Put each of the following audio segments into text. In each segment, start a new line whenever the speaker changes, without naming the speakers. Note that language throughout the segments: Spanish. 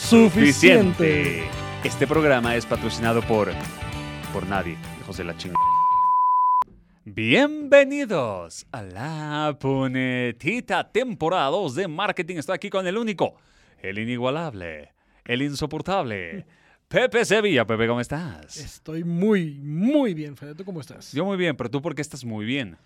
suficiente. Este programa es patrocinado por. por nadie, hijos de la chingada. Bienvenidos a la punetita temporada 2 de marketing. Estoy aquí con el único, el inigualable, el insoportable, Pepe Sevilla. Pepe, ¿cómo estás?
Estoy muy, muy bien, Fede. ¿Tú cómo estás?
Yo muy bien, pero tú, ¿por qué estás muy bien?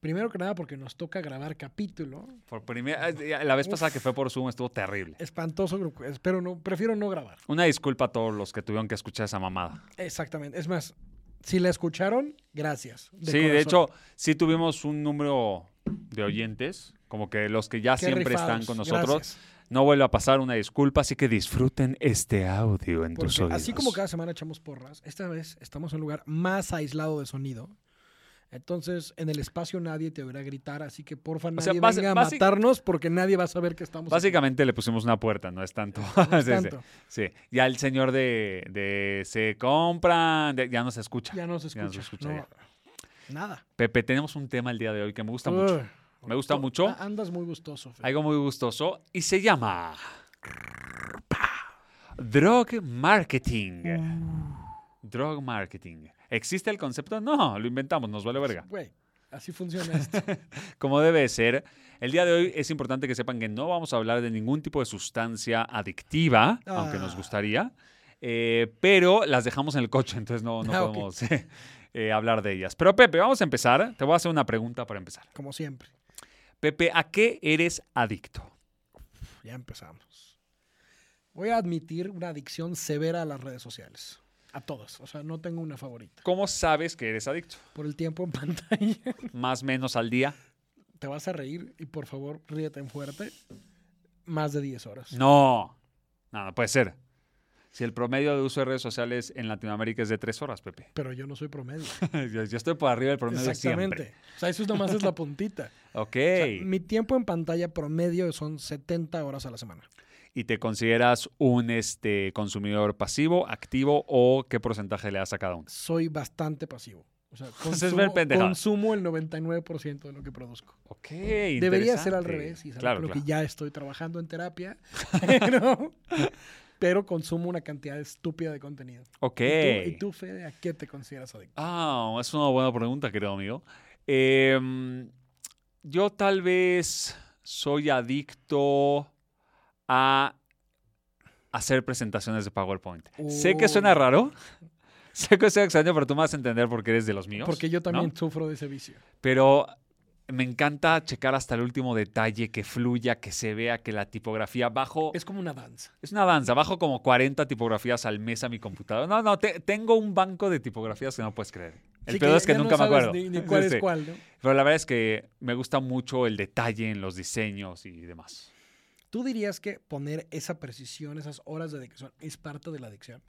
Primero que nada, porque nos toca grabar capítulo.
Por primera, eh, la vez pasada que fue por Zoom estuvo terrible.
Espantoso grupo. Espero no, prefiero no grabar.
Una disculpa a todos los que tuvieron que escuchar esa mamada.
Exactamente. Es más, si la escucharon, gracias.
sí, de
corazón.
hecho, sí tuvimos un número de oyentes, como que los que ya
Qué
siempre están
rifados.
con nosotros.
Gracias.
No vuelve a pasar una disculpa, así que disfruten este audio en tus
Porque
oídos.
así como cada semana echamos porras, esta vez estamos en un lugar más aislado de sonido. Entonces, en el espacio nadie te oirá gritar, así que porfa,
O
nadie
sea, basi-
venga a
basi-
matarnos porque nadie va a saber que estamos. aquí.
Básicamente le pusimos una puerta, no es tanto.
No es
Sí, sí,
tanto.
sí. Ya el señor de, de se compran, de- ya nos escucha.
Ya no se escucha.
Ya nos escucha,
no.
ya.
Nada.
Pepe, tenemos un tema el día de hoy que me gusta mucho.
Uy.
Me gusta
Tú-
mucho.
a- Andas muy gustoso. Fede.
Algo muy gustoso y se llama Drug Marketing.
Uh.
Drug Marketing. ¿Existe el concepto? No, lo inventamos, nos vale verga.
Güey, así funciona esto.
Como debe de ser, el día de hoy es importante que sepan que no vamos a hablar de ningún tipo de sustancia adictiva, aunque nos
Ah.
gustaría, eh, pero las dejamos en el coche, entonces no, no
Ah, ok.
podemos eh, hablar de ellas. Pero Pepe, vamos a empezar. Te voy a hacer una pregunta para empezar.
Como siempre.
Pepe, ¿a qué eres adicto?
Uf, Ya empezamos. Voy a admitir una adicción severa a las redes sociales. A todas. O sea, no tengo una favorita.
¿Cómo sabes que eres adicto?
Por el tiempo en pantalla.
Más o menos al día.
te vas a reír y por favor ríete en fuerte más de 10 horas.
No. No, no puede ser. Si el promedio de uso de redes sociales en Latinoamérica es de tres horas, Pepe.
Pero yo no soy promedio.
Yo, yo estoy por arriba del promedio siempre.
Exactamente. O sea, eso es nomás es la puntita.
Ok.
O sea, mi tiempo en pantalla promedio son 70 horas a la semana.
¿Y te consideras un este, consumidor pasivo, activo o qué porcentaje le das a cada uno?
Soy bastante pasivo. O sea,
Entonces,
consumo,
ver pendejadas.
consumo el 99% de lo que produzco.
Ok.
Debería ser al
interesante.
revés, y
Claro,
lo
claro.
que ya estoy trabajando en terapia, pero, pero consumo una cantidad estúpida de contenido.
Ok.
¿Y, tú, y tú, Fede, a qué te consideras adicto?
Ah, es una buena pregunta, querido amigo. Em, yo tal vez soy adicto a hacer presentaciones de PowerPoint. Sé que suena
Uy.
raro, sé que suena extraño, pero tú me vas a entender porque eres de los míos.
Porque yo
¿no?
también sufro de ese vicio.
Pero me encanta checar hasta el último detalle, que fluya, que se vea, que la tipografía bajo...
Es como una danza.
Es una danza, bajo como 40 tipografías al mes a mi computadora. No, no, te- tengo un banco de tipografías que no puedes creer. El
Así
peor
ya-
es que
ya no
nunca me
sabes
acuerdo.
Ni, ni cuál
Sí.
es cuál, ¿no?
Pero la verdad es que me gusta mucho el detalle en los diseños y demás.
¿Tú dirías que poner esa precisión, esas horas de dedicación, es parte de la adicción?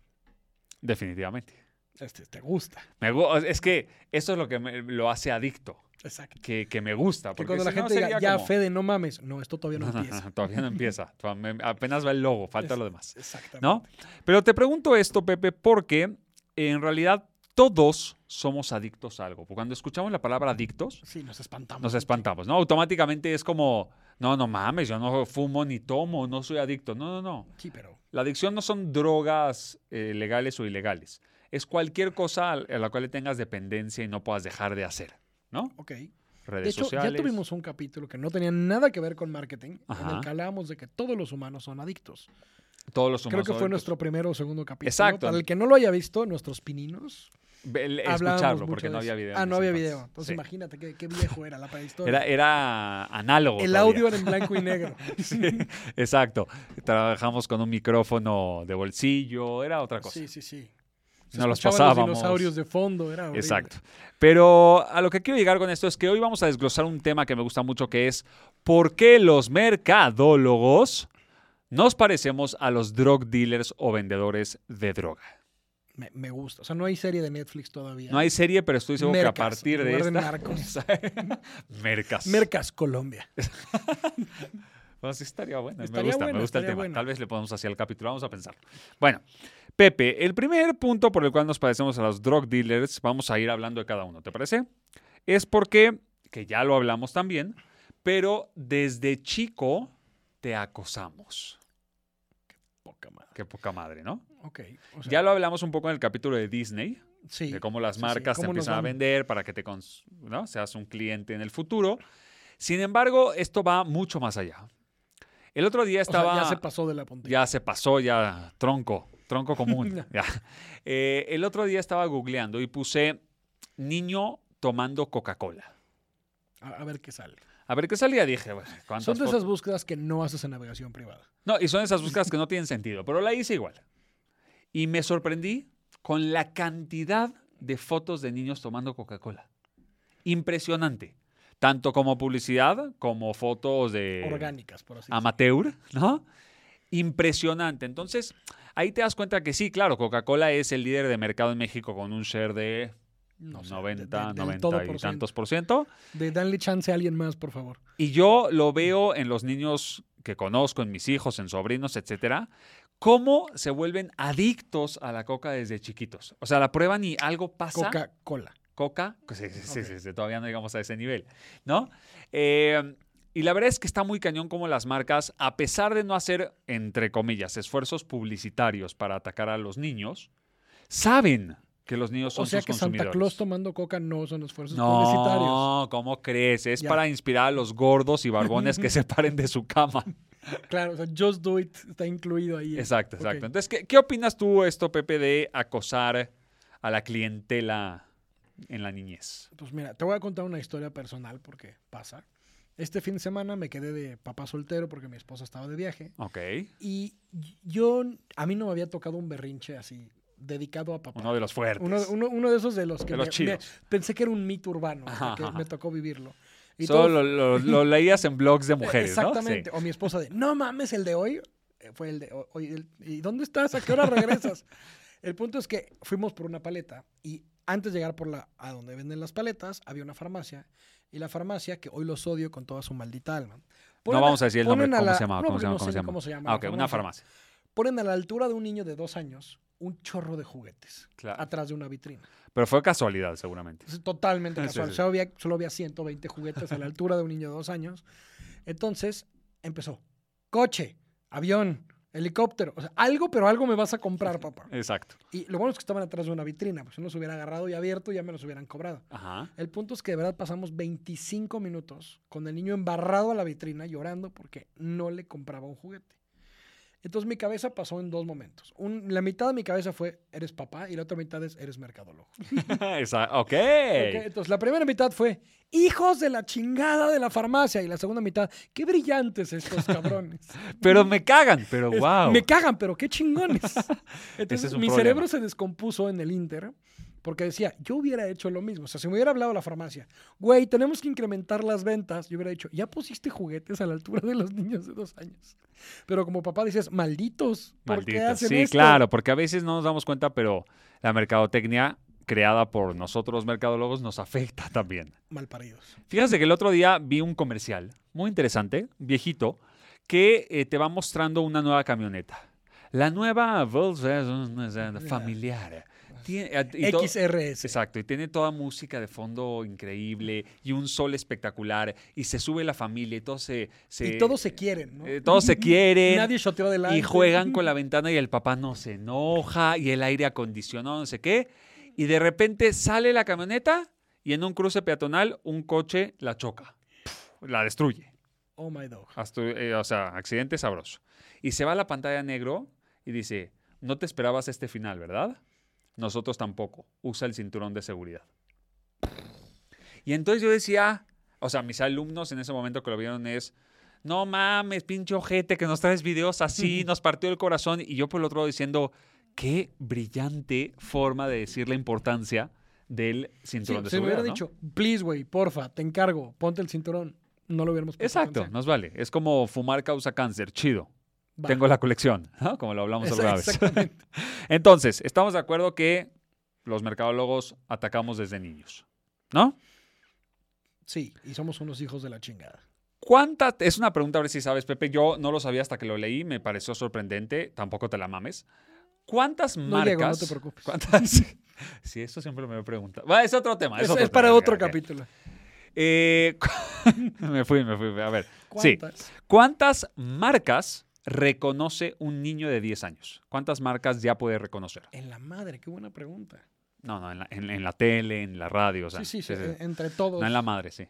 Definitivamente.
Este, te gusta.
Me gu- es que eso es lo que me- lo hace adicto,
Exacto.
que, que me gusta.
Que
Ah, Porque
cuando la
si no
gente diga,
sería
ya,
como-
Fede, no mames. No, esto todavía no
No, no,
empieza.
no, todavía no empieza. Todavía me- Apenas va el logo, falta
Es-
lo demás.
Exactamente.
¿No? Pero te pregunto esto, Pepe, porque en realidad todos somos adictos a algo. Porque cuando escuchamos la palabra adictos,
Sí, nos espantamos.
nos espantamos, ¿no? Automáticamente es como, no, no mames, yo no fumo ni tomo, no soy adicto. No, no, no.
Sí, pero
La adicción no son drogas eh, legales o ilegales. Es cualquier cosa al- a la cual le tengas dependencia y no puedas dejar de hacer, ¿no?
ok.
Redes
De hecho,
sociales.
ya tuvimos un capítulo que no tenía nada que ver con marketing, en
Ajá.
el que hablábamos de que todos los humanos son adictos.
todos los
Creo
humanos
que fue
adictos.
nuestro primero o segundo capítulo.
Exacto.
Para el que no lo haya visto, nuestros pininos,
Ve- el-
Hablábamos
escucharlo,
mucho
porque
de
no había
eso.
video.
Ah,
en
no
ese
había
entonces.
video. Entonces
Sí.
imagínate qué, qué viejo era la prehistoria.
Era, era análogo.
el
todavía.
audio era en blanco y negro.
Sí, exacto. Trabajamos con un micrófono de bolsillo, era otra cosa.
Sí, sí, sí. Se
No los
escuchaban
pasábamos.
Los dinosaurios de fondo, era horrible.
Exacto. Pero a lo que quiero llegar con esto es que hoy vamos a desglosar un tema que me gusta mucho, que es por qué los mercadólogos Nos parecemos a los drug dealers o vendedores de droga.
Me, me gusta. O sea, no hay serie de Netflix todavía.
No hay serie, pero estoy seguro que a
Mercas,
partir
en
de
lugar de
esta...
narcos.
Mercas.
Mercas Colombia.
Bueno, Pues sí estaría buena. me
Estaría
gusta,
buena,
me gusta el
estaría
tema.
buena.
Tal vez le podemos hacer el capítulo. Vamos a pensarlo. Bueno, Pepe, el primer punto por el cual nos parecemos a los drug dealers, vamos a ir hablando de cada uno, ¿te parece? Es porque, que ya lo hablamos también, pero desde chico te acosamos.
Poca madre.
Qué poca madre, ¿no?
Ok. o sea,
Ya lo hablamos un poco en el capítulo de Disney,
sí.
de cómo las
sí, sí,
marcas te
cómo nos
empiezan a
van.
vender para que te cons- ¿no? seas un cliente en el futuro. Sin embargo, esto va mucho más allá. El otro día
O sea,
estaba...
ya se pasó de la puntilla.
Ya se pasó, ya tronco, tronco común. ya. Eh, el otro día estaba googleando y puse niño tomando Coca-Cola.
A, a ver qué sale.
A ver qué salía, dije. "Bueno, ¿cuántas
Son de
fotos?".
esas búsquedas que no haces en navegación privada.
No, y son esas búsquedas que no tienen sentido, pero la hice igual. Y me sorprendí con la cantidad de fotos de niños tomando Coca-Cola. Impresionante. Tanto como publicidad, como fotos de...
Orgánicas, por así decirlo.
amateur, ¿no? Impresionante. Entonces, ahí te das cuenta que sí, claro, Coca-Cola es el líder de mercado en México con un share de
No sé, de-
90,
de- del
90
todo
y
por ciento.
tantos por ciento.
De danle chance a alguien más, por favor.
Y yo lo veo en los niños que conozco, en mis hijos, en sobrinos, etcétera, cómo se vuelven adictos a la coca desde chiquitos. O sea, la prueban y algo pasa.
Coca-Cola.
Coca, pues, sí, sí, sí,
Ok.
sí, sí, todavía no llegamos a ese nivel, ¿no? Eh, y la verdad es que está muy cañón como las marcas, a pesar de no hacer, entre comillas, esfuerzos publicitarios para atacar a los niños, saben que los niños son
O sea
sus
que Santa
consumidores.
Claus tomando coca no son esfuerzos publicitarios.
no, ¿cómo crees? Es
Ya.
para inspirar a los gordos y barbones que se paren de su cama.
Claro, o sea, Just Do It está incluido ahí.
Exacto,
Ok.
exacto. Entonces, ¿qué, qué opinas tú esto, Pepe, de acosar a la clientela en la niñez?
Pues mira, te voy a contar una historia personal porque pasa. Este fin de semana me quedé de papá soltero porque mi esposa estaba de viaje.
Ok,
Y yo, a mí no me había tocado un berrinche así, dedicado a papá.
uno de los fuertes.
Uno, uno- uno de esos de los que
De los
me-
chidos.
me- pensé que era un mito urbano, hasta
Ajá,
que
ajá.
me tocó vivirlo.
Solo
todo-
lo, lo- lo leías en blogs de mujeres, ¿no? Sí.
Exactamente. O mi esposa de, no mames, el de hoy eh, fue el de ho- hoy. el- ¿Y dónde estás? ¿A qué hora regresas? el punto es que fuimos por una paleta y antes de llegar por la, a donde venden las paletas, había una farmacia. Y la farmacia, que hoy los odio con toda su maldita alma.
No
ponen a-
vamos a decir el nombre,
ponen a
cómo
la-
se llama,
no,
cómo se
porque
llama,
no
cómo se
sé ni
llama.
cómo se llama
Ah,
la
ok, una farmacia.
Ponen a la altura de un niño de dos años un chorro de juguetes
Claro.
atrás de una vitrina.
Pero fue casualidad, seguramente.
Es totalmente
Sí,
casual.
sí.
Solo, había, solo había 120 juguetes a la altura de un niño de dos años. Entonces empezó. Coche, avión, helicóptero. O sea, algo, pero algo me vas a comprar, papá.
Exacto.
Y lo bueno es que estaban atrás de una vitrina. Pues si no los hubiera agarrado y abierto, ya me los hubieran cobrado.
Ajá.
El punto es que de verdad pasamos 25 minutos con el niño embarrado a la vitrina llorando porque no le compraba un juguete. Entonces mi cabeza pasó en dos momentos. Un- la mitad de mi cabeza fue, eres papá, y la otra mitad es, eres mercadólogo.
Esa- ok.
Ok, entonces la primera mitad fue hijos de la chingada de la farmacia y la segunda mitad, qué brillantes estos cabrones.
Pero me cagan. Pero
Es-
wow.
Me cagan, pero qué chingones. Entonces
es un
mi
problema.
cerebro se descompuso en el Inter porque decía, yo hubiera hecho lo mismo, o sea, si me hubiera hablado la farmacia, güey, tenemos que incrementar las ventas, yo hubiera dicho, ya pusiste juguetes a la altura de los niños de dos años. Pero como papá dices, malditos, ¿por qué
Maldito.
hacen
Sí,
esto?".
claro, porque a veces no nos damos cuenta, pero la mercadotecnia creada por nosotros los mercadólogos nos afecta también.
Malparidos.
Fíjate que el otro día vi un comercial muy interesante, viejito, que eh, te va mostrando una nueva camioneta. La nueva Volkswagen eh, familiar. Tiene- eh, y todo-
XRS.
Exacto, y tiene toda música de fondo increíble y un sol espectacular y se sube la familia y todos se...
Y todos se quieren, ¿no?
eh, todos se quieren
Nadie shoteó adelante.
y juegan con la ventana y el papá no se enoja y el aire acondicionado, no sé qué. Y de repente sale la camioneta y en un cruce peatonal un coche la choca, Pf, la destruye.
Oh my dog.
Hasta, eh, o sea, accidente sabroso. Y se va a la pantalla negro y dice, no te esperabas este final, ¿verdad? Nosotros tampoco. Usa el cinturón de seguridad. Y entonces yo decía, o sea, mis alumnos en ese momento que lo vieron es, no mames, pinche ojete, que nos traes videos así, nos partió el corazón. Y yo por el otro lado diciendo, qué brillante forma de decir la importancia del
Sí,
cinturón de
se me
seguridad.
hubiera
¿no?
dicho, please, güey, porfa, te encargo, ponte el cinturón. No lo hubiéramos puesto.
Exacto, nos vale. Es como fumar causa cáncer, chido.
Va.
tengo la colección, ¿no? como lo hablamos
Esa-
alguna vez.
Exactamente.
Entonces, estamos de acuerdo que los mercadólogos atacamos desde niños, ¿no?
Sí, y somos unos hijos de la chingada.
¿Cuánta? Es una pregunta a ver si sabes, Pepe. Yo no lo sabía hasta que lo leí, me pareció sorprendente. Tampoco te la mames. ¿Cuántas
No
marcas?
llego, no te preocupes.
¿Cuántas? sí, eso siempre me pregunta. Va, es otro tema. Es,
Es,
otro
es para
tema,
otro
Ah, pues, ok.
capítulo.
Eh, me fui, me fui. A ver. Sí.
¿Cuántas?
¿Cuántas marcas reconoce un niño de 10 años? ¿Cuántas marcas ya puede reconocer?
En la madre, qué buena pregunta.
No, no, en la, en- en la tele, en la radio, o sea.
sí, sí, sí, e-,
sí, sí.
entre todos.
No, en la madre, sí.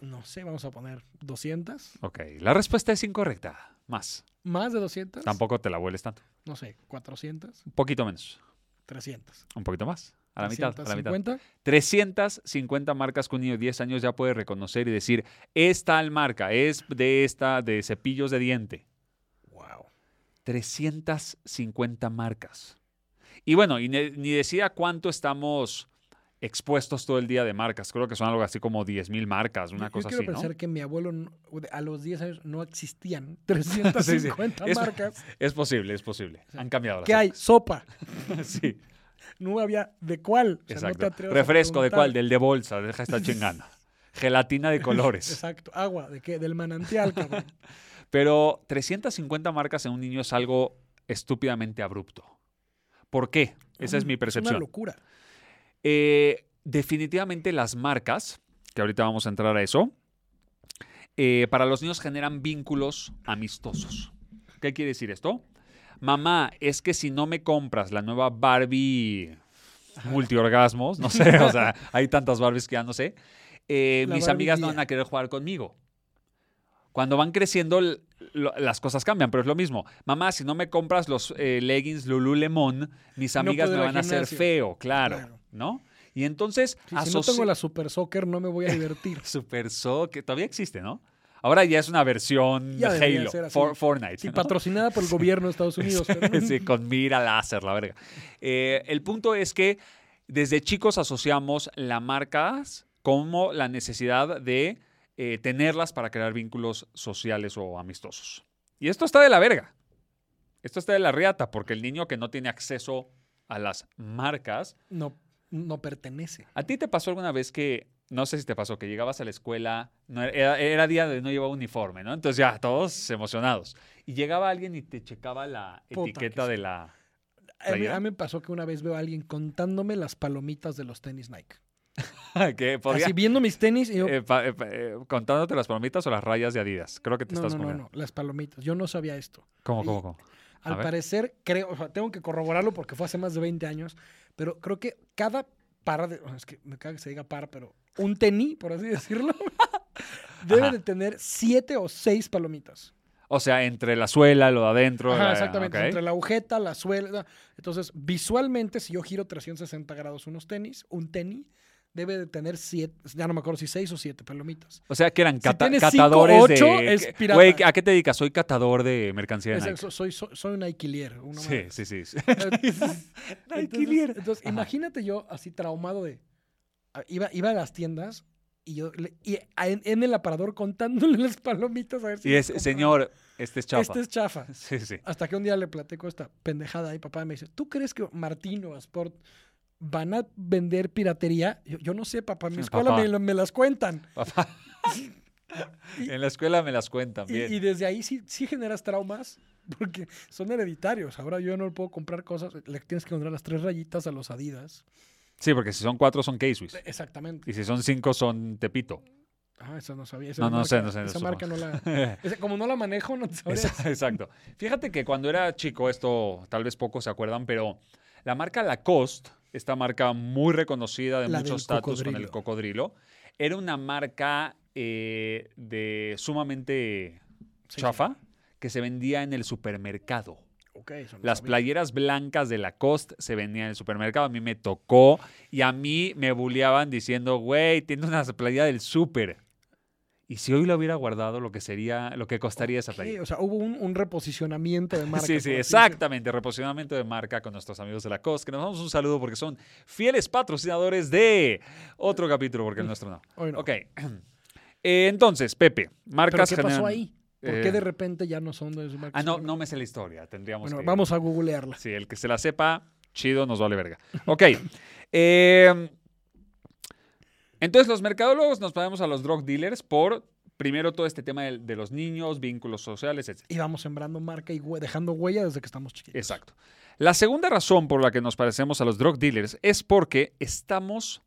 No sé, vamos a poner 200.
Ok, la respuesta es incorrecta. Más.
¿Más de 200?
Tampoco te la vueles tanto.
No sé, 400,
Un poquito menos.
300.
Un poquito más. A la mitad, a la mitad.
350.
350 marcas que un niño de 10 años ya puede reconocer y decir, es tal marca, es de esta, de cepillos de diente.
Wow.
350 marcas. Y bueno, y ne- ni decía cuánto estamos expuestos todo el día de marcas. Creo que son algo así como 10.000 marcas, una
yo,
cosa
yo quiero
así, ¿no?
pensar que mi abuelo no- a los 10 años no existían 350
Es-
marcas.
Es posible, es posible.
sea,
Han cambiado las
¿Qué hay? Sopa.
épocas. sí,
No había de cuál. O sea, no te
exacto.
atrevas a
Refresco, ¿de cuál?
preguntar.
Del de bolsa, deja de estar chingando. Gelatina de colores.
Exacto. Agua, ¿de qué? Del manantial, cabrón.
Pero 350 marcas en un niño es algo estúpidamente abrupto. ¿Por qué? Esa es mi
Ah, una
percepción.
locura.
Eh, definitivamente las marcas, que ahorita vamos a entrar a eso, eh, para los niños generan vínculos amistosos. ¿Qué quiere decir esto? Mamá, es que si no me compras la nueva Barbie multiorgasmos, no sé, o sea, hay tantas Barbies que ya no sé, eh,
La
mis
Barbie
amigas no
guía.
van a querer jugar conmigo. Cuando van creciendo, l- lo- las cosas cambian, pero es lo mismo. Mamá, si no me compras los eh, leggings Lululemon, mis
No
amigas
puedo
me
ir
van
al
a hacer
gimnasio.
feo, claro,
Claro.
¿no? Y entonces,
Sí, si no tengo
asoci-
la super soccer, no me voy a divertir.
Super So, que todavía existe, ¿no? Ahora ya es una versión
Ya debería
Halo,
ser así.
For- Fortnite.
Sí,
¿no?
patrocinada por el gobierno de Estados Unidos. pero no-
sí, con mira láser, la verga. Eh, el punto es que desde chicos asociamos las marcas como la necesidad de eh, tenerlas para crear vínculos sociales o amistosos. Y esto está de la verga. Esto está de la riata, porque el niño que no tiene acceso a las marcas
no, no pertenece.
¿A ti te pasó alguna vez que, no sé si te pasó, que llegabas a la escuela, no era, era día de no llevaba uniforme, ¿no? Entonces ya, todos emocionados. Y llegaba alguien y te checaba la
Puta, que
etiqueta
sí.
de la...
A mí,
¿Playera?
a mí me pasó que una vez veo a alguien contándome las palomitas de los tenis Nike.
que podía...
Así viendo mis tenis y yo...
eh, pa- eh, pa- eh, contándote las palomitas o las rayas de Adidas. Creo que te
no,
estás
no, no,
comiendo.
no, las palomitas. Yo no sabía esto.
¿Cómo,
Y-
cómo, cómo? A
Al
ver.
parecer, creo, o sea, tengo que corroborarlo porque fue hace más de 20 años, pero creo que cada par de, es que me caga que se diga par, pero un tenis, por así decirlo, debe
Ajá.
de tener siete o seis palomitas.
O sea, entre la suela, lo de adentro.
Ajá,
la-
exactamente,
ok.
entre la agujeta, la suela. Entonces, visualmente, si yo giro 360 grados unos tenis, un tenis debe de tener siete, ya no me acuerdo si seis o siete palomitas.
O sea, que eran cata-
tienes cinco,
catadores
ocho,
de...
es
que-
pirata.
Güey, ¿a qué te dedicas? Soy catador de mercancía de
Es-
Nike.
so- soy, soy, soy un alquiler. uno
Sí,
más.
sí, sí, sí.
Entonces,
Alquiler.
entonces,
Ajá.
imagínate yo así traumado de. a- Iba, iba a las tiendas y yo le- y a- en, en el aparador contándole las palomitas a ver si.
Y
me
es,
compraban.
señor, este es chapa.
Este es chafa.
Sí, sí.
Hasta que un día le platico esta pendejada y papá me dice: ¿Tú crees que Martino Asport van a vender piratería? Yo, yo no sé, papá. En mi
Sí,
escuela
papá.
Me, lo- me las cuentan.
Papá. en la escuela me las cuentan
Y,
bien.
y desde ahí sí, sí generas traumas porque son hereditarios. Ahora yo no puedo comprar cosas. Le tienes que comprar las tres rayitas a los Adidas.
sí, porque si son cuatro son K-Swiss.
Exactamente.
Y si son cinco son Tepito.
Ah, esa no sabía.
No,
no,
no sé,
sé,
no sé, no
Esa
sé.
marca no la. esa- como no la manejo, no te sabría.
Esa- Exacto. Fíjate que cuando era chico, esto tal vez pocos se acuerdan, pero la marca Lacoste, esta marca muy reconocida de
La del
muchos estatus con el
cocodrilo.
cocodrilo, era una marca eh, de sumamente
Sí,
chafa que se vendía en el supermercado.
Ok, eso no
Las
sabía.
playeras blancas de Lacoste se vendían en el supermercado. A mí me tocó y a mí me buleaban diciendo, güey, tiene una playera del súper. Y si hoy la hubiera guardado, lo que sería, lo que costaría esa
Ok,
playera.
O sea, hubo un, un reposicionamiento de marca.
sí, sí,
por así decirlo.
exactamente. Reposicionamiento de marca con nuestros amigos de Lacoste, que nos damos un saludo porque son fieles patrocinadores de otro capítulo, porque el nuestro no.
Hoy no.
Ok. Eh, Entonces, Pepe,
¿Pero
marcas
qué pasó
generan-
ahí? ¿Por
Eh,
qué de repente ya no son de Marcus
Ah, no,
Springsteen?
no me sé la historia. Tendríamos
Bueno,
que...
vamos a googlearla.
Sí, el que se la sepa, chido, nos vale verga. Ok. eh, entonces, los mercadólogos nos ponemos a los drug dealers por, primero, todo este tema del- de, los niños, vínculos sociales, etc.
Y vamos sembrando marca y hue- dejando huella desde que estamos chiquitos.
Exacto. La segunda razón por la que nos parecemos a los drug dealers es porque estamos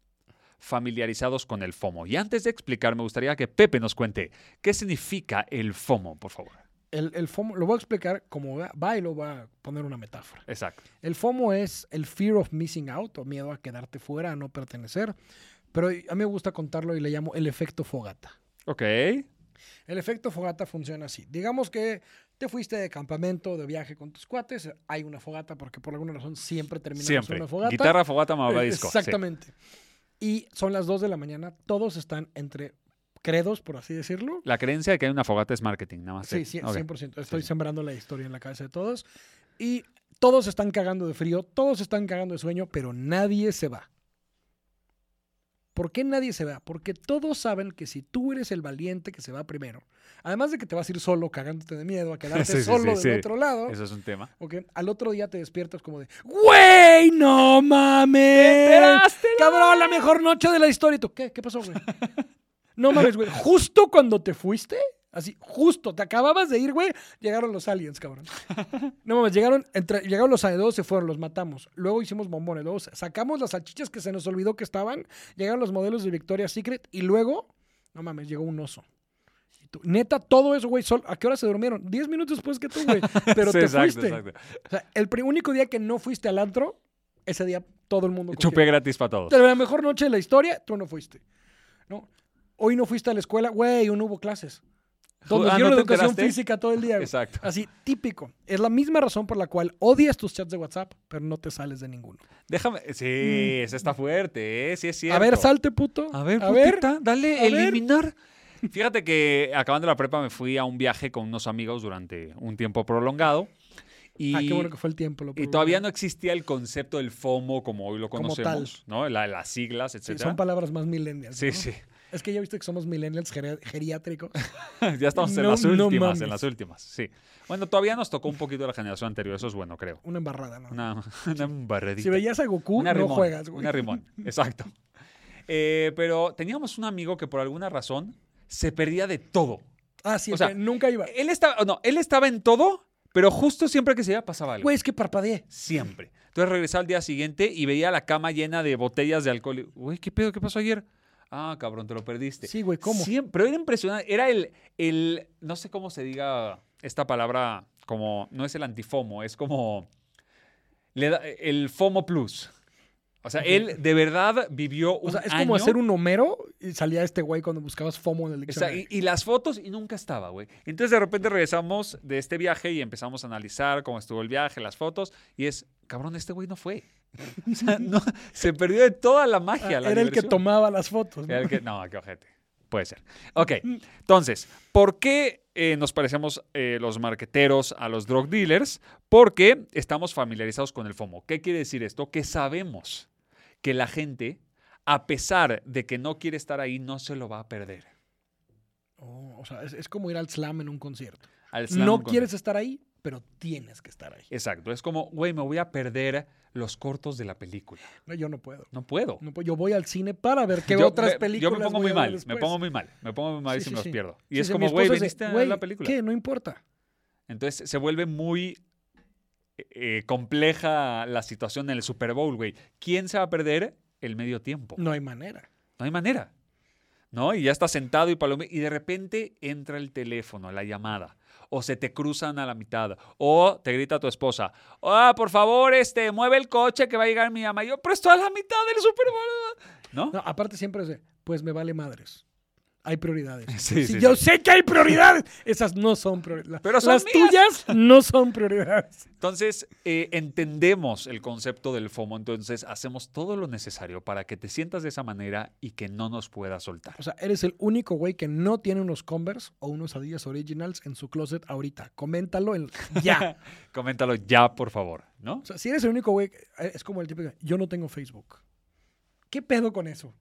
familiarizados con el FOMO. Y antes de explicar, me gustaría que Pepe nos cuente qué significa el FOMO, por favor.
El, el FOMO, lo voy a explicar como va, va y lo voy a poner una metáfora.
Exacto.
El FOMO es el fear of missing out, o miedo a quedarte fuera, a no pertenecer. Pero a mí me gusta contarlo y le llamo el efecto fogata.
Ok.
El efecto fogata funciona así. Digamos que te fuiste de campamento, de viaje con tus cuates, hay una fogata porque por alguna razón siempre terminamos en
Siempre.
una fogata.
Guitarra, fogata, mamá,
Eh,
disco. Sí.
Exactamente. Y son las 2 de la mañana, todos están entre credos, por así decirlo.
La creencia de que hay una fogata es marketing, nada más.
Sí, sí,
Ok.
100%. Estoy
sí.
sembrando la historia en la cabeza de todos. Y todos están cagando de frío, todos están cagando de sueño, pero nadie se va. ¿Por qué nadie se va? Porque todos saben que si tú eres el valiente que se va primero, además de que te vas a ir solo cagándote de miedo a quedarte
Sí, sí,
solo
sí,
del
sí.
otro lado,
Eso es un tema.
ok, al otro día te despiertas como de ¡Güey, no mames! Cabrón, la mejor noche de la historia. ¿Y tú qué? ¿Qué pasó, güey? No mames, güey. Justo cuando te fuiste, así, justo, te acababas de ir, güey, llegaron los aliens, cabrón. No mames, llegaron, entre, llegaron los aliens, se fueron, los matamos. Luego hicimos bombones, luego sacamos las salchichas que se nos olvidó que estaban, llegaron los modelos de Victoria's Secret y luego, no mames, llegó un oso. Y tú, Neta, todo eso, güey, sol- ¿a qué hora se durmieron? Diez minutos después que tú, güey. Pero
Sí,
te
exacto,
fuiste.
exacto.
O sea, el pri- único día que no fuiste al antro, ese día todo el mundo. cogió.
Chupé gratis para todos.
De la mejor noche de la historia, tú no fuiste. ¿no? Hoy no fuiste a la escuela, güey, hoy no hubo clases. Todos nos
Ah, ¿no
dieron
te
educación
enteraste?
física todo el día. güey.
Exacto.
Así, típico. Es la misma razón por la cual odias tus chats de WhatsApp, pero no te sales de ninguno.
Déjame. Sí, esa está fuerte, ¿eh? Sí, es cierto.
Mm. A ver, salte, puto.
A ver, putita, dale,
a ver.
eliminar. Fíjate que acabando la prepa me fui a un viaje con unos amigos durante un tiempo prolongado. Y,
Ah, qué bueno que fue el tiempo. Lo
y todavía no existía el concepto del FOMO como hoy lo
Como tal.
conocemos, ¿no? La- las siglas,
Sí,
etcétera.
son palabras más millennials.
sí,
¿no?
sí.
Es que ya viste que somos millennials geria- geriátricos.
ya estamos en
No,
las
no
últimas,
mames.
en las últimas, sí. Bueno, todavía nos tocó un poquito de la generación anterior, eso es bueno, creo.
Una embarrada, ¿no?
Una, una barredita.
si veías a Goku,
Una
no
rimón,
juegas, güey.
Una rimón, exacto. Eh, pero teníamos un amigo que por alguna razón se perdía de todo.
Ah, sí,
O sea, eh,
güey, nunca iba.
Él estaba, no, él estaba en todo, pero justo siempre que se iba pasaba algo.
Güey, es que parpadeé.
Siempre. Entonces regresaba al día siguiente y veía la cama llena de botellas de alcohol. Y, Güey, ¿qué pedo? ¿Qué pasó ayer? Ah, cabrón, te lo perdiste.
Sí, güey, ¿cómo?
Siempre, pero era impresionante. Era el, el, no sé cómo se diga esta palabra, como, no es el antifomo, es como le da- el FOMO plus. O sea, él de verdad vivió un
O sea, es como
año-
hacer un Homero y salía este güey cuando buscabas FOMO en el
o sea,
diccionario.
y, y las fotos y nunca estaba, güey. Entonces de repente regresamos de este viaje y empezamos a analizar cómo estuvo el viaje, las fotos, y es, cabrón, este güey no fue. O sea, no, se perdió de toda la
Ah,
magia.
era
la
el que
diversión.
tomaba las fotos. ¿no?
Era el que- no, qué ojete. Puede ser. Ok,
Mm.
entonces, ¿por qué eh, nos parecemos eh, los marqueteros a los drug dealers? Porque estamos familiarizados con el FOMO. ¿Qué quiere decir esto? Que sabemos que la gente, a pesar de que no quiere estar ahí, no se lo va a perder.
Oh, o sea, es, es como ir al slam en un concierto.
Al slam
no
con-
quieres estar ahí, pero tienes que estar ahí.
Exacto, es como, güey, me voy a perder los cortos de la película.
No, yo no puedo.
No puedo.
No puedo. Yo voy al cine para ver qué
Yo
Mm, otras
me-
películas.
Yo me pongo
voy
muy
a ver
mal, me
después.
pongo muy mal, me pongo muy mal
Sí,
si
sí,
me los
sí.
pierdo. Y
Sí,
es
sí, mi
como, güey,
esposa es de,
veniste a ver
"Güey,
la película.
¿Qué? No importa.
Entonces se vuelve muy eh, eh, compleja la situación en el Super Bowl, güey. ¿Quién se va a perder el medio tiempo?
No hay manera.
No hay manera. ¿No? Y ya está sentado y palomí Y de repente entra el teléfono, la llamada. O se te cruzan a la mitad. O te grita tu esposa. Ah, por favor, este, mueve el coche que va a llegar mi mamá. Y yo, pero estoy a la mitad del Super Bowl. ¿No?
No, aparte siempre es de, pues me vale madres. Hay prioridades.
Sí,
Si
sí,
yo
sí.
sé que hay prioridades. Esas no son prioridades.
Pero son
Las
mías.
tuyas no son prioridades.
Entonces, eh, entendemos el concepto del FOMO. Entonces, hacemos todo lo necesario para que te sientas de esa manera y que no nos puedas soltar.
O sea, eres el único güey que no tiene unos Converse o unos Adidas Originals en su closet ahorita. Coméntalo en- ya.
Coméntalo ya, por favor, ¿no?
o sea, si eres el único güey, que- es como el típico, yo no tengo Facebook. ¿Qué pedo con eso?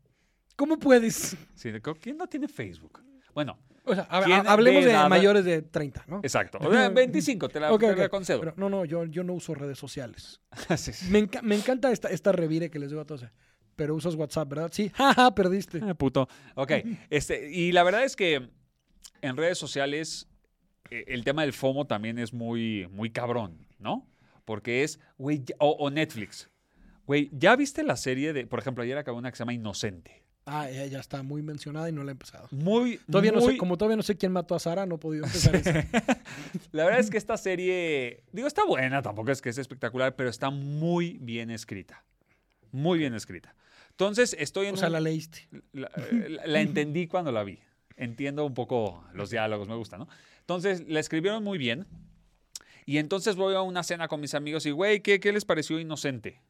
¿Cómo puedes?
Sí, de co- ¿Quién no tiene Facebook? Bueno,
O sea, hab-
¿Quién
ha- hablemos
de
de
edad-
mayores de 30, ¿no?
Exacto. O sea, 25, te la,
Ok,
te
ok.
la concedo.
Pero, no, no, yo, yo no uso redes sociales.
Sí, sí.
Me, enca- me encanta esta, esta revire que les digo a todos. Pero usas WhatsApp, ¿verdad? Sí, jaja, perdiste.
Ah, puto. Ok. Este, y la verdad es que en redes sociales eh, el tema del FOMO también es muy, muy cabrón, ¿no? Porque es, güey, ya- o, o Netflix. Güey, ¿ya viste la serie de, por ejemplo, ayer acabó una que se llama Inocente?
Ah, ya, ya está muy mencionada y no la he empezado.
Muy,
Todavía no
muy-
sé, como todavía no sé quién mató a Sara, no he podido empezar esa.
La verdad es que esta serie, digo, está buena, tampoco es que es espectacular, pero está muy bien escrita. Muy bien escrita. Entonces, estoy en
O sea,
un-
la leíste.
la, eh, la- la entendí cuando la vi. Entiendo un poco los diálogos, me gusta, ¿no? Entonces, la escribieron muy bien. Y entonces voy a una cena con mis amigos y, güey, ¿qué, ¿qué les pareció inocente?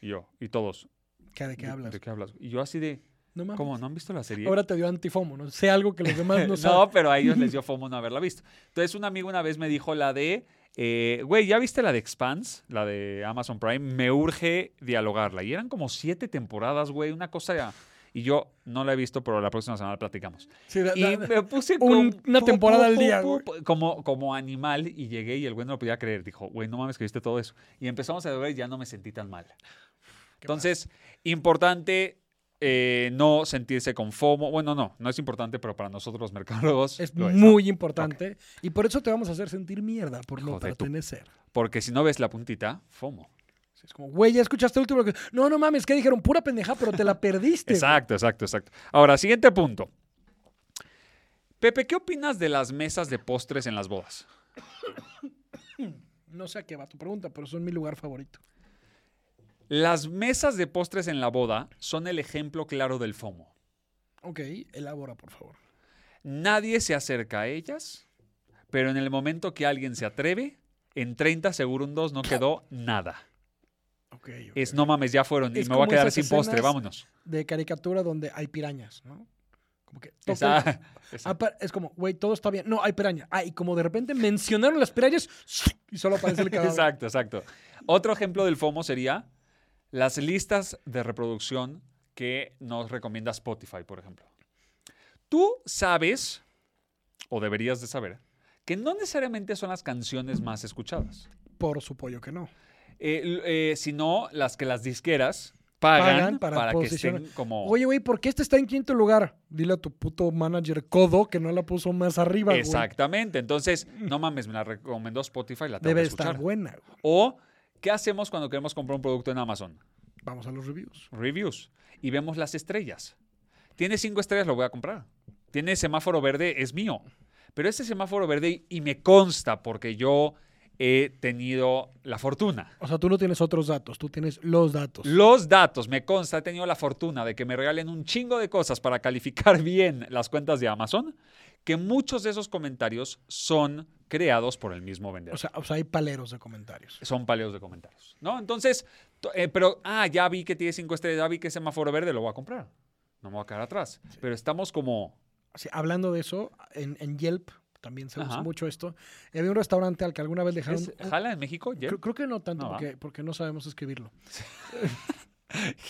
Y yo, y todos.
¿Qué- ¿De qué
"¿De-
hablas?
¿De qué hablas? Y yo así de,
No mames.
¿cómo? ¿No han visto la serie?
Ahora te dio antifomo, ¿no? Sé algo que los demás no
no,
saben.
pero a ellos les dio fomo no haberla visto. Entonces, un amigo una vez me dijo la de, eh, güey, ¿ya viste la de Expanse? La de Amazon Prime. Me urge dialogarla. Y eran como siete temporadas, güey, una cosa... Y yo no la he visto, pero la próxima semana la platicamos.
Sí, da-
Y
da-
me puse
un-
como-
una
pu-
temporada
pu-
al
pu-
día,
pu- pu- Como, como animal y llegué y el güey no lo podía creer. Dijo, güey, no mames que viste todo eso. Y empezamos a ver y ya no me sentí tan mal. Entonces, importante eh, no sentirse con FOMO. Bueno, no, no es importante, pero para nosotros los mercadólogos
es
lo ¿no?
muy importante. Y por eso te vamos a hacer sentir mierda por no
Hijo de tu-
pertenecer.
Porque si no ves la puntita, FOMO.
Sí, Es como, güey, ya escuchaste el último. que- No, no mames, ¿qué dijeron? Pura pendeja, pero te la perdiste.
Exacto, exacto, exacto. Ahora, siguiente punto. Pepe, ¿qué opinas de las mesas de postres en las bodas?
No sé a qué va tu pregunta, pero son mi lugar favorito.
Las mesas de postres en la boda son el ejemplo claro del FOMO.
Ok, elabora, por favor.
Nadie se acerca a ellas, pero en el momento que alguien se atreve, en 30 segundos no quedó nada.
Ok. ok.
Es no mames, ya fueron
Es
y me voy a
como
quedar
esas
sin postre,
escenas-
vámonos.
De caricatura donde hay pirañas, ¿no? Como que toca-
Esa- esa-
Ah, pa- es como, güey, todo está bien. No, hay piraña. Ah, y como de repente mencionaron las pirañas y solo aparece el cadáver.
exacto, exacto. Otro ejemplo del FOMO sería las listas de reproducción que nos recomienda Spotify, por ejemplo. Tú sabes, o deberías de saber, que no necesariamente son las canciones más escuchadas.
Por supuesto que no.
Eh, l- eh, sino las que las disqueras pagan,
Pagan para
para, que
posicionar.
estén como...
Oye, güey, ¿por qué este está en quinto lugar? Dile a tu puto manager codo que no la puso más arriba, güey.
Exactamente. Entonces, no mames, me la recomendó Spotify, la tengo
Debe
que
estar
escuchar.
buena. güey.
O, ¿qué hacemos cuando queremos comprar un producto en Amazon?
Vamos a los reviews.
Reviews. Y vemos las estrellas. Tiene cinco estrellas, lo voy a comprar. Tiene semáforo verde, es mío. Pero ese semáforo verde, y me consta porque yo he tenido la fortuna
O sea, tú no tienes otros datos, tú tienes los datos.
Los datos, me consta, he tenido la fortuna de que me regalen un chingo de cosas para calificar bien las cuentas de Amazon, que muchos de esos comentarios son creados por el mismo vendedor.
O sea, o sea, hay paleros de comentarios.
son paleos de comentarios, ¿no? Entonces, to- eh, pero, ah, ya vi que tiene cinco estrellas, ya vi que es semáforo verde, lo voy a comprar. No me voy a quedar atrás. Pero estamos como,
Sí, hablando de eso, en, en Yelp también se usa
Ajá.
mucho esto. Y había un restaurante al que alguna vez dejaron.
¿es
un-
¿jala en México?
creo,
Yelp.
creo que no tanto
No, ¿va?
porque, porque no sabemos escribirlo.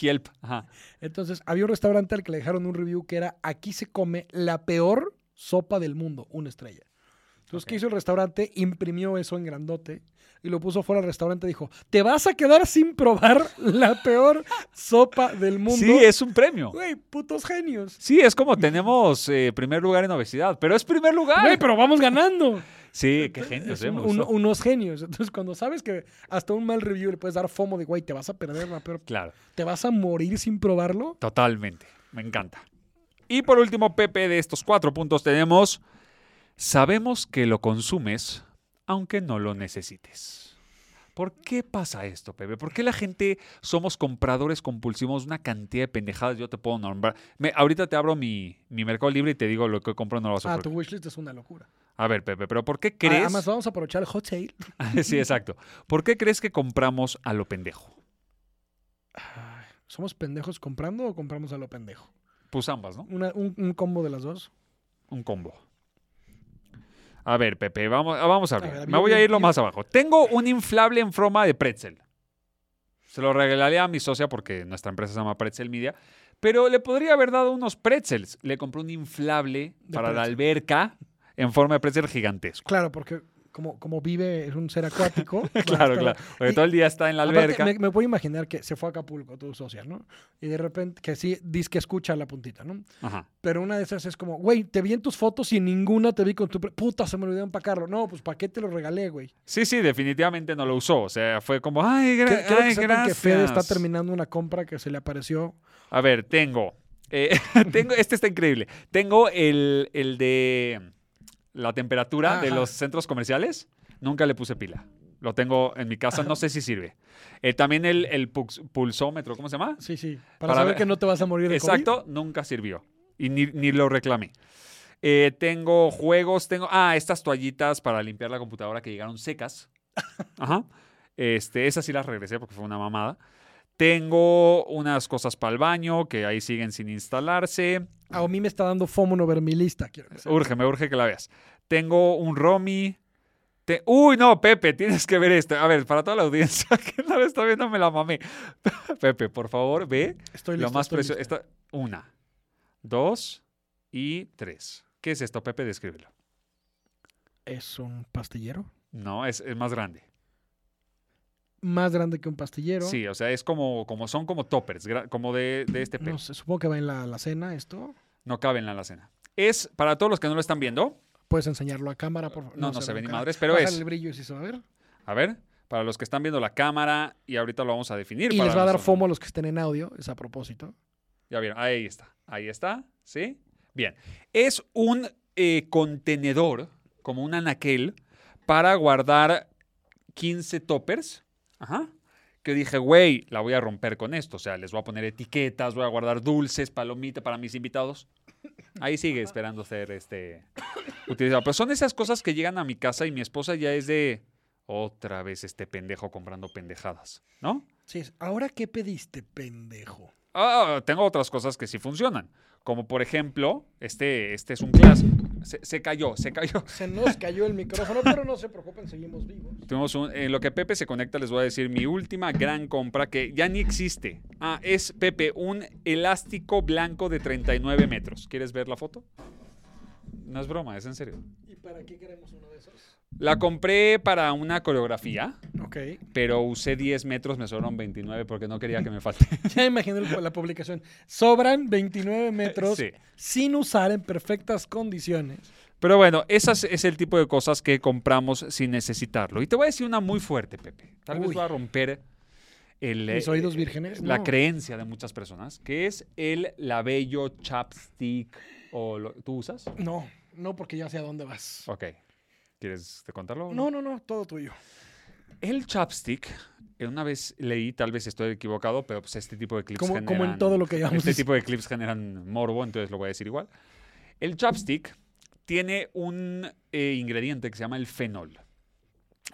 Yelp, ajá.
Entonces, había un restaurante al que le dejaron un review que era: aquí se come la peor sopa del mundo, una estrella. Entonces, ¿qué
Ok.
hizo el restaurante? Imprimió eso en grandote y lo puso fuera del restaurante. Dijo: Te vas a quedar sin probar la peor sopa del mundo.
Sí, es un premio.
Güey, putos genios.
Sí, es como tenemos eh, primer lugar en obesidad, pero es primer lugar.
Güey, pero vamos ganando.
Sí, qué
Es
genios, eh,
un-
me
un-
gustó.
unos genios. Entonces, cuando sabes que hasta un mal review le puedes dar fomo de, güey, te vas a perder la peor-
Claro.
te vas a morir sin probarlo.
Totalmente. Me encanta. Y por último, Pepe, de estos cuatro puntos tenemos, sabemos que lo consumes aunque no lo necesites. ¿Por qué pasa esto, Pepe? ¿Por qué la gente somos compradores compulsivos de una cantidad de pendejadas? Yo te puedo nombrar. Me- ahorita te abro mi, mi Mercado Libre y te digo lo que compro, no lo vas a
Ah, tu
comprar.
wishlist es una locura.
A ver, Pepe, ¿pero por qué
Ah,
crees?
Además, vamos a aprovechar el hot sale.
sí, exacto. ¿Por qué crees que compramos a lo pendejo?
Ay, ¿Somos pendejos comprando o compramos a lo pendejo?
Pues ambas, ¿no?
Una- un, un combo de las dos.
Un combo. A ver, Pepe, vamos, ah, vamos a abrir.
ver,
Me
avión,
voy a ir lo
avión.
más abajo. Tengo un inflable en forma de pretzel. Se lo regalaré a mi socia porque nuestra empresa se llama Pretzel Media. Pero le podría haber dado unos pretzels. Le compré un inflable
De
para la
pretzel.
alberca en forma de pretzel gigantesco.
Claro, porque como, como vive, es un ser acuático. va a
Claro,
estar-
claro. Porque
Y-
todo el día está en la
Aparte,
alberca.
me, me puedo imaginar que se fue a Acapulco, tu social, ¿no? Y de repente, que sí, dice que escucha la puntita, ¿no?
Ajá.
Pero una de esas es como, güey, te vi en tus fotos y en ninguna te vi con tu... pre- Puta, se me olvidó empacarlo. No, pues, ¿para qué te lo regalé, güey?
Sí, sí, definitivamente no lo usó. O sea, fue como, ay, gra-
Quiero
ay,
que sepan que
gracias.
Fede está terminando una compra que se le apareció.
A ver, tengo. eh, tengo este está increíble. Tengo el, el de la temperatura de
Ajá.
los centros comerciales. Nunca le puse pila. Lo tengo en mi casa, no sé si sirve. Eh, también el, el pux- pulsómetro, ¿cómo se llama?
Sí, sí.
Para
Para, saber
ver-
que no te vas a morir de COVID.
Exacto, nunca sirvió. Y ni, ni lo reclamé. Eh, tengo juegos, tengo. Ah, estas toallitas para limpiar la computadora que llegaron secas. Ajá. Este, esas sí las regresé porque fue una mamada. Tengo unas cosas para el baño que ahí siguen sin instalarse.
A mí me está dando fomo no ver mi lista. Quiero que sepan.
Urge, me urge que la veas. Tengo un Romy. Te- Uy, no, Pepe, tienes que ver esto. A ver, para toda la audiencia que no lo está viendo, me la mamé. Pepe, por favor, ve
Estoy
lo
listo.
más
estoy
precioso.
listo.
Esta, una, dos y tres. ¿Qué es esto, Pepe? Descríbelo.
Es un pastillero.
No, es, es más grande.
Más grande que un pastillero.
Sí, o sea, es como, como son como toppers, gra- como de, de este pelo.
No sé, supongo que va en la, la cena esto.
No cabe en la alacena. Es, para todos los que no lo están viendo,
Puedes enseñarlo a cámara, por favor.
No, no se ve
a
ni
cámara.
madres, pero
Bájale
es.
el brillo y sí se va a ver.
a ver, para los que están viendo la cámara y ahorita lo vamos a definir.
Y
para
les va a dar
nosotros.
fomo a los que estén en audio, es a propósito.
Ya vieron, ahí está, ahí está, ¿sí? Bien, es un eh, contenedor, como un anaquel, para guardar 15 toppers, ajá, que dije, güey, la voy a romper con esto, o sea, les voy a poner etiquetas, voy a guardar dulces, palomitas para mis invitados. Ahí sigue esperando ser este, utilizado. Pero son esas cosas que llegan a mi casa y mi esposa ya es de, otra vez este pendejo comprando pendejadas, ¿no?
Sí, es, ahora qué pediste, pendejo.
Ah, tengo otras cosas que sí funcionan. Como por ejemplo, este, este es un clásico. Se, se cayó, se cayó.
Se nos cayó el micrófono, pero no se preocupen, seguimos vivos.
Tuvimos un- en lo que Pepe se conecta, les voy a decir mi última gran compra que ya ni existe. Ah, es Pepe, un elástico blanco de 39 metros. ¿Quieres ver la foto? No es broma, es en serio.
¿Y para qué queremos uno de esos?
La compré para una coreografía,
Ok.
pero usé 10 metros, me sobraron 29 porque no quería que me falte.
Ya imagino el- la publicación. Sobran 29 metros
Sí.
sin usar en perfectas condiciones.
Pero bueno, esas es el tipo de cosas que compramos sin necesitarlo. Y te voy a decir una muy fuerte, Pepe. Tal
Uy.
vez va a romper el,
Mis
eh,
oídos vírgenes.
la
no.
creencia de muchas personas, que es el labello chapstick. O lo- ¿Tú usas?
No, no, porque ya sé a dónde vas.
Ok. ¿Quieres te contarlo? o
No, no, no, todo tuyo.
El chapstick, eh, una vez leí, tal vez estoy equivocado, pero pues este tipo de clips
Como, como en
generan-
todo lo que llevamos.
Este tipo de clips generan morbo, entonces lo voy a decir igual. El chapstick tiene un eh, ingrediente que se llama el fenol.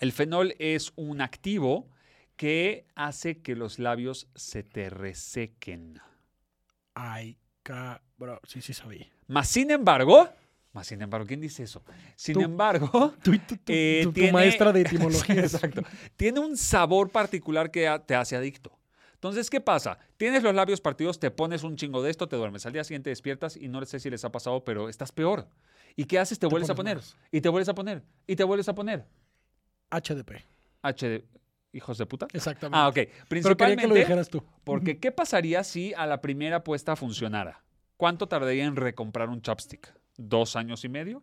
El fenol es un activo que hace que los labios se te resequen.
Ay, cabrón. Sí, sí sabía.
Más sin embargo, más sin embargo, ¿quién dice eso? Sin
Tú.
embargo,
Tú y tu, tu-
Eh,
tu- tu
tiene-
maestra de
Sí,
etimología.
exacto. Tiene un sabor particular que a- te hace adicto. Entonces, ¿qué pasa? Tienes los labios partidos, te pones un chingo de esto, te duermes. Al día siguiente despiertas y no sé si les ha pasado, pero estás peor. ¿Y qué haces? Te, vuelves a
pones
poner.
más.
Y te vuelves a poner. Y te vuelves a poner.
HDP.
HD. Hijos de puta.
Exactamente.
Ah, ok.
Pero quería
Principalmente
que lo dijeras tú.
porque ¿qué pasaría si a la primera apuesta funcionara? ¿Cuánto tardaría en recomprar un chapstick? ¿Dos años y medio?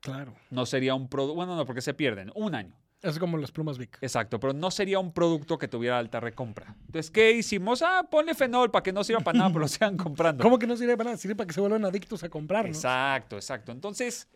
Claro.
No sería un producto... Bueno, no, porque se pierden. Un año.
Es como las plumas Vic.
Exacto, pero no sería un producto que tuviera alta recompra. Entonces, ¿qué hicimos? Ah, ponle fenol para que no sirva para nada, pero lo sigan comprando.
¿Cómo que no sirve para nada? Sirve para que se vuelvan adictos a comprarnos.
Exacto, exacto. Entonces,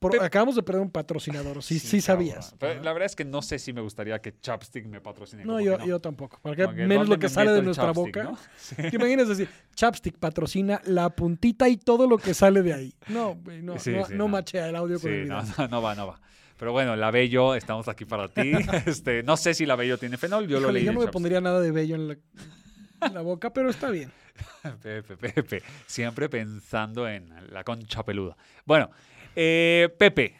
Por- acabamos de perder un patrocinador. Sí,
cabrón.
sí, sabías.
Pero
¿verdad?
la verdad es que no sé si me gustaría que Chapstick me patrocine.
No
como
yo,
que
yo tampoco. Porque
Como que,
menos
¿dónde
lo que
me
sale
meto
de
el
nuestra
chapstick,
boca.
no?
¿Te imaginas decir, Chapstick patrocina la puntita y todo lo que sale de ahí? No, güey, no,
Sí,
no,
sí,
no
no.
machea el audio con el
Sí,
video.
no, no, no va, no va. Pero bueno, la Bello, estamos aquí para ti. Este, no sé si la Bello tiene fenol, yo lo
Híjole,
leí.
yo
en
no me
Chapstick.
pondría nada de bello en la, en la boca, pero está bien.
Pepe, Pepe, siempre pensando en la concha peluda. Bueno, eh, Pepe,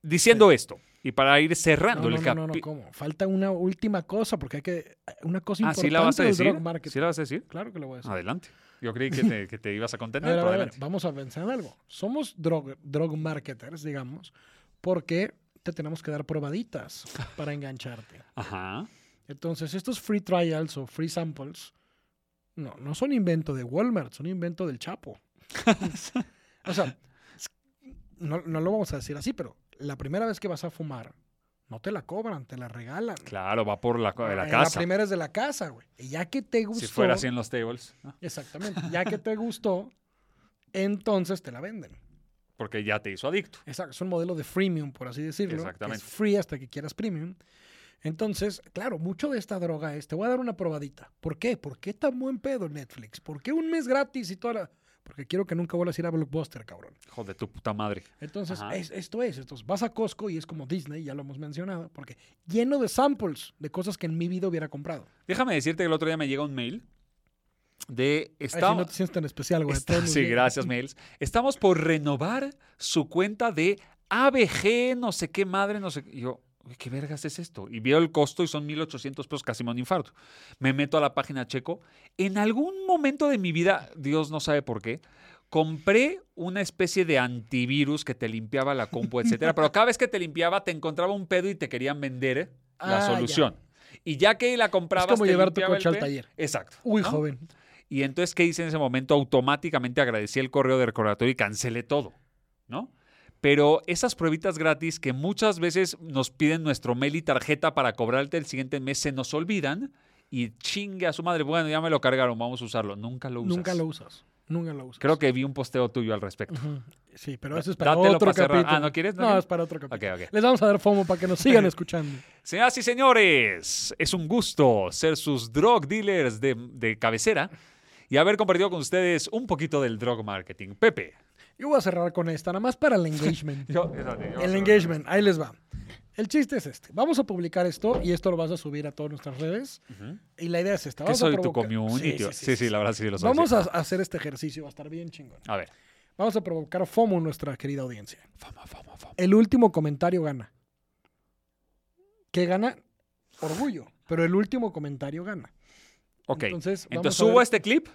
diciendo esto y Y para ir
No,
cerrando
no,
el
no, no, no,
capítulo.
¿cómo? Falta una última cosa, porque hay que. Una cosa
ah,
importante
¿sí la vas a
del
decir?
drug marketing.
¿Sí la vas a decir?
Claro que lo voy a decir.
Adelante. Yo creí que te, que te ibas a
A
contener,
ver, a
pero
ver, a ver,
adelante.
vamos a pensar en algo. Somos drug, drug marketers, digamos, porque te tenemos que dar probaditas para engancharte.
Ajá.
Entonces, estos free trials o free samples no, no son invento de Walmart, son invento del Chapo. o sea, es- no, no lo vamos a decir así, pero la primera vez que vas a fumar, no te la cobran, te la regalan.
Claro, va por la, co- de la
Eh,
casa.
primera es de la casa, güey. Y ya que te gustó.
si fuera así en los tables. ah, ¿no?
Exactamente. Ya que te gustó, entonces te la venden.
Porque ya te hizo adicto.
Exacto, es un modelo de freemium, por así decirlo. que
Exactamente.
es free hasta que quieras premium. Entonces, claro, mucho de esta droga es, te voy a dar una probadita. ¿Por qué? ¿Por qué tan buen pedo Netflix? ¿Por qué un mes gratis y toda la... Porque quiero que nunca vuelvas a ir a Blockbuster, cabrón.
Hijo de tu puta madre.
Entonces,
Ajá.
es- esto es. Entonces, vas a Costco y es como Disney, ya lo hemos mencionado, porque lleno de samples de cosas que en mi vida hubiera comprado.
Déjame decirte que el otro día me llega un mail de...
Ay,
Estamos,
si no te sientes tan especial, güey.
Está-
todo muy
sí,
bien.
gracias, Mails. Estamos por renovar su cuenta de ABG, no sé qué madre, no sé qué. Y yo, "Uy, ¿qué vergas es esto? Y veo el costo y son 1,800 pesos, casi me da un infarto. Me meto a la página checo. En algún momento de mi vida, Dios no sabe por qué, compré una especie de antivirus que te limpiaba la compu, etcétera. pero cada vez que te limpiaba, te encontraba un pedo y te querían vender la
Ah, ya.
solución. Y ya que la comprabas,
como
te
llevar tu
limpiaba el
coche al
pedo.
taller.
Exacto.
Uy,
¿no?
joven.
Y entonces, ¿qué hice en ese momento? Automáticamente agradecí el correo de recordatorio y cancelé todo, ¿no? Pero esas pruebitas gratis que muchas veces nos piden nuestro mail y tarjeta para cobrarte el siguiente mes se nos olvidan y chingue a su madre, bueno, ya me lo cargaron, vamos a usarlo. Nunca lo usas.
Nunca lo usas. Nunca lo usas.
Creo que vi un posteo tuyo al respecto.
Ujú. Sí, pero
Da-
eso es para
dátelo
otro
para cerrar.
capítulo.
Ah, ¿no quieres? ¿No
No,
quieres?
es para otro capítulo.
Ok, ok.
Les vamos a dar FOMO para que nos sigan escuchando.
Señoras y señores, es un gusto ser sus drug dealers de, de cabecera y haber compartido con ustedes un poquito del drug marketing. Pepe.
Yo voy a cerrar con esta, nada más para el engagement.
Yo, espérate, yo-
el engagement, ahí les va. El chiste es este. Vamos a publicar esto y esto lo vas a subir a todas nuestras redes.
Ujú.
Y la idea es esta.
Que
vamos a
soy tu
provocar-
community. Sí, sí, la verdad sí lo soy.
Vamos
sí.
a hacer este ejercicio, va a estar bien chingón.
A ver.
Vamos a provocar FOMO en nuestra querida audiencia.
Fama, fama, fama.
El último comentario gana. Que gana orgullo, pero el último comentario gana.
Ok. Entonces,
Entonces, vamos a
subo
ver-
este clip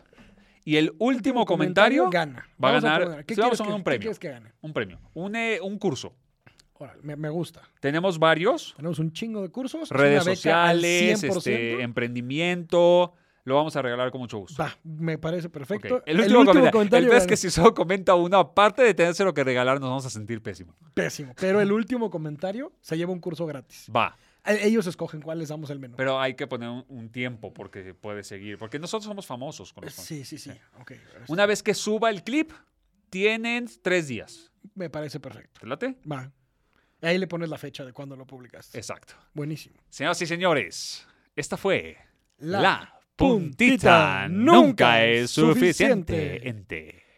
y el último comentario,
gana.
va a
Vamos
ganar-
poner, ¿Qué,
sí, vamos
quieres
a poner
que,
un
qué
premio.
quieres que gane?
un premio, un, eh, un curso.
Órale, me, me gusta.
Tenemos varios,
Tenemos un chingo de cursos.
redes
una beca al
sociales,
100%.
este, emprendimiento, lo vamos a regalar con mucho gusto.
Va, me parece
Ok,
perfecto.
El último, comentario. El peor es
gana.
que si solo comenta uno, aparte de tenerse lo que regalar, nos vamos a sentir pésimo.
Pésimo. Pero el último comentario se lleva un curso gratis.
Va,
E- Ellos escogen cuál les damos el menú.
pero hay que poner un, un tiempo porque puede seguir. Porque nosotros somos famosos con los
sí, sí, sí. Ok.
Una vez que suba el clip, tienen tres días.
Me parece perfecto.
¿Te late?
Va. Ahí le pones la fecha de cuando lo publicas.
Exacto.
Buenísimo.
Señoras y señores, esta fue La,
La
puntita, nunca es suficiente. Ente.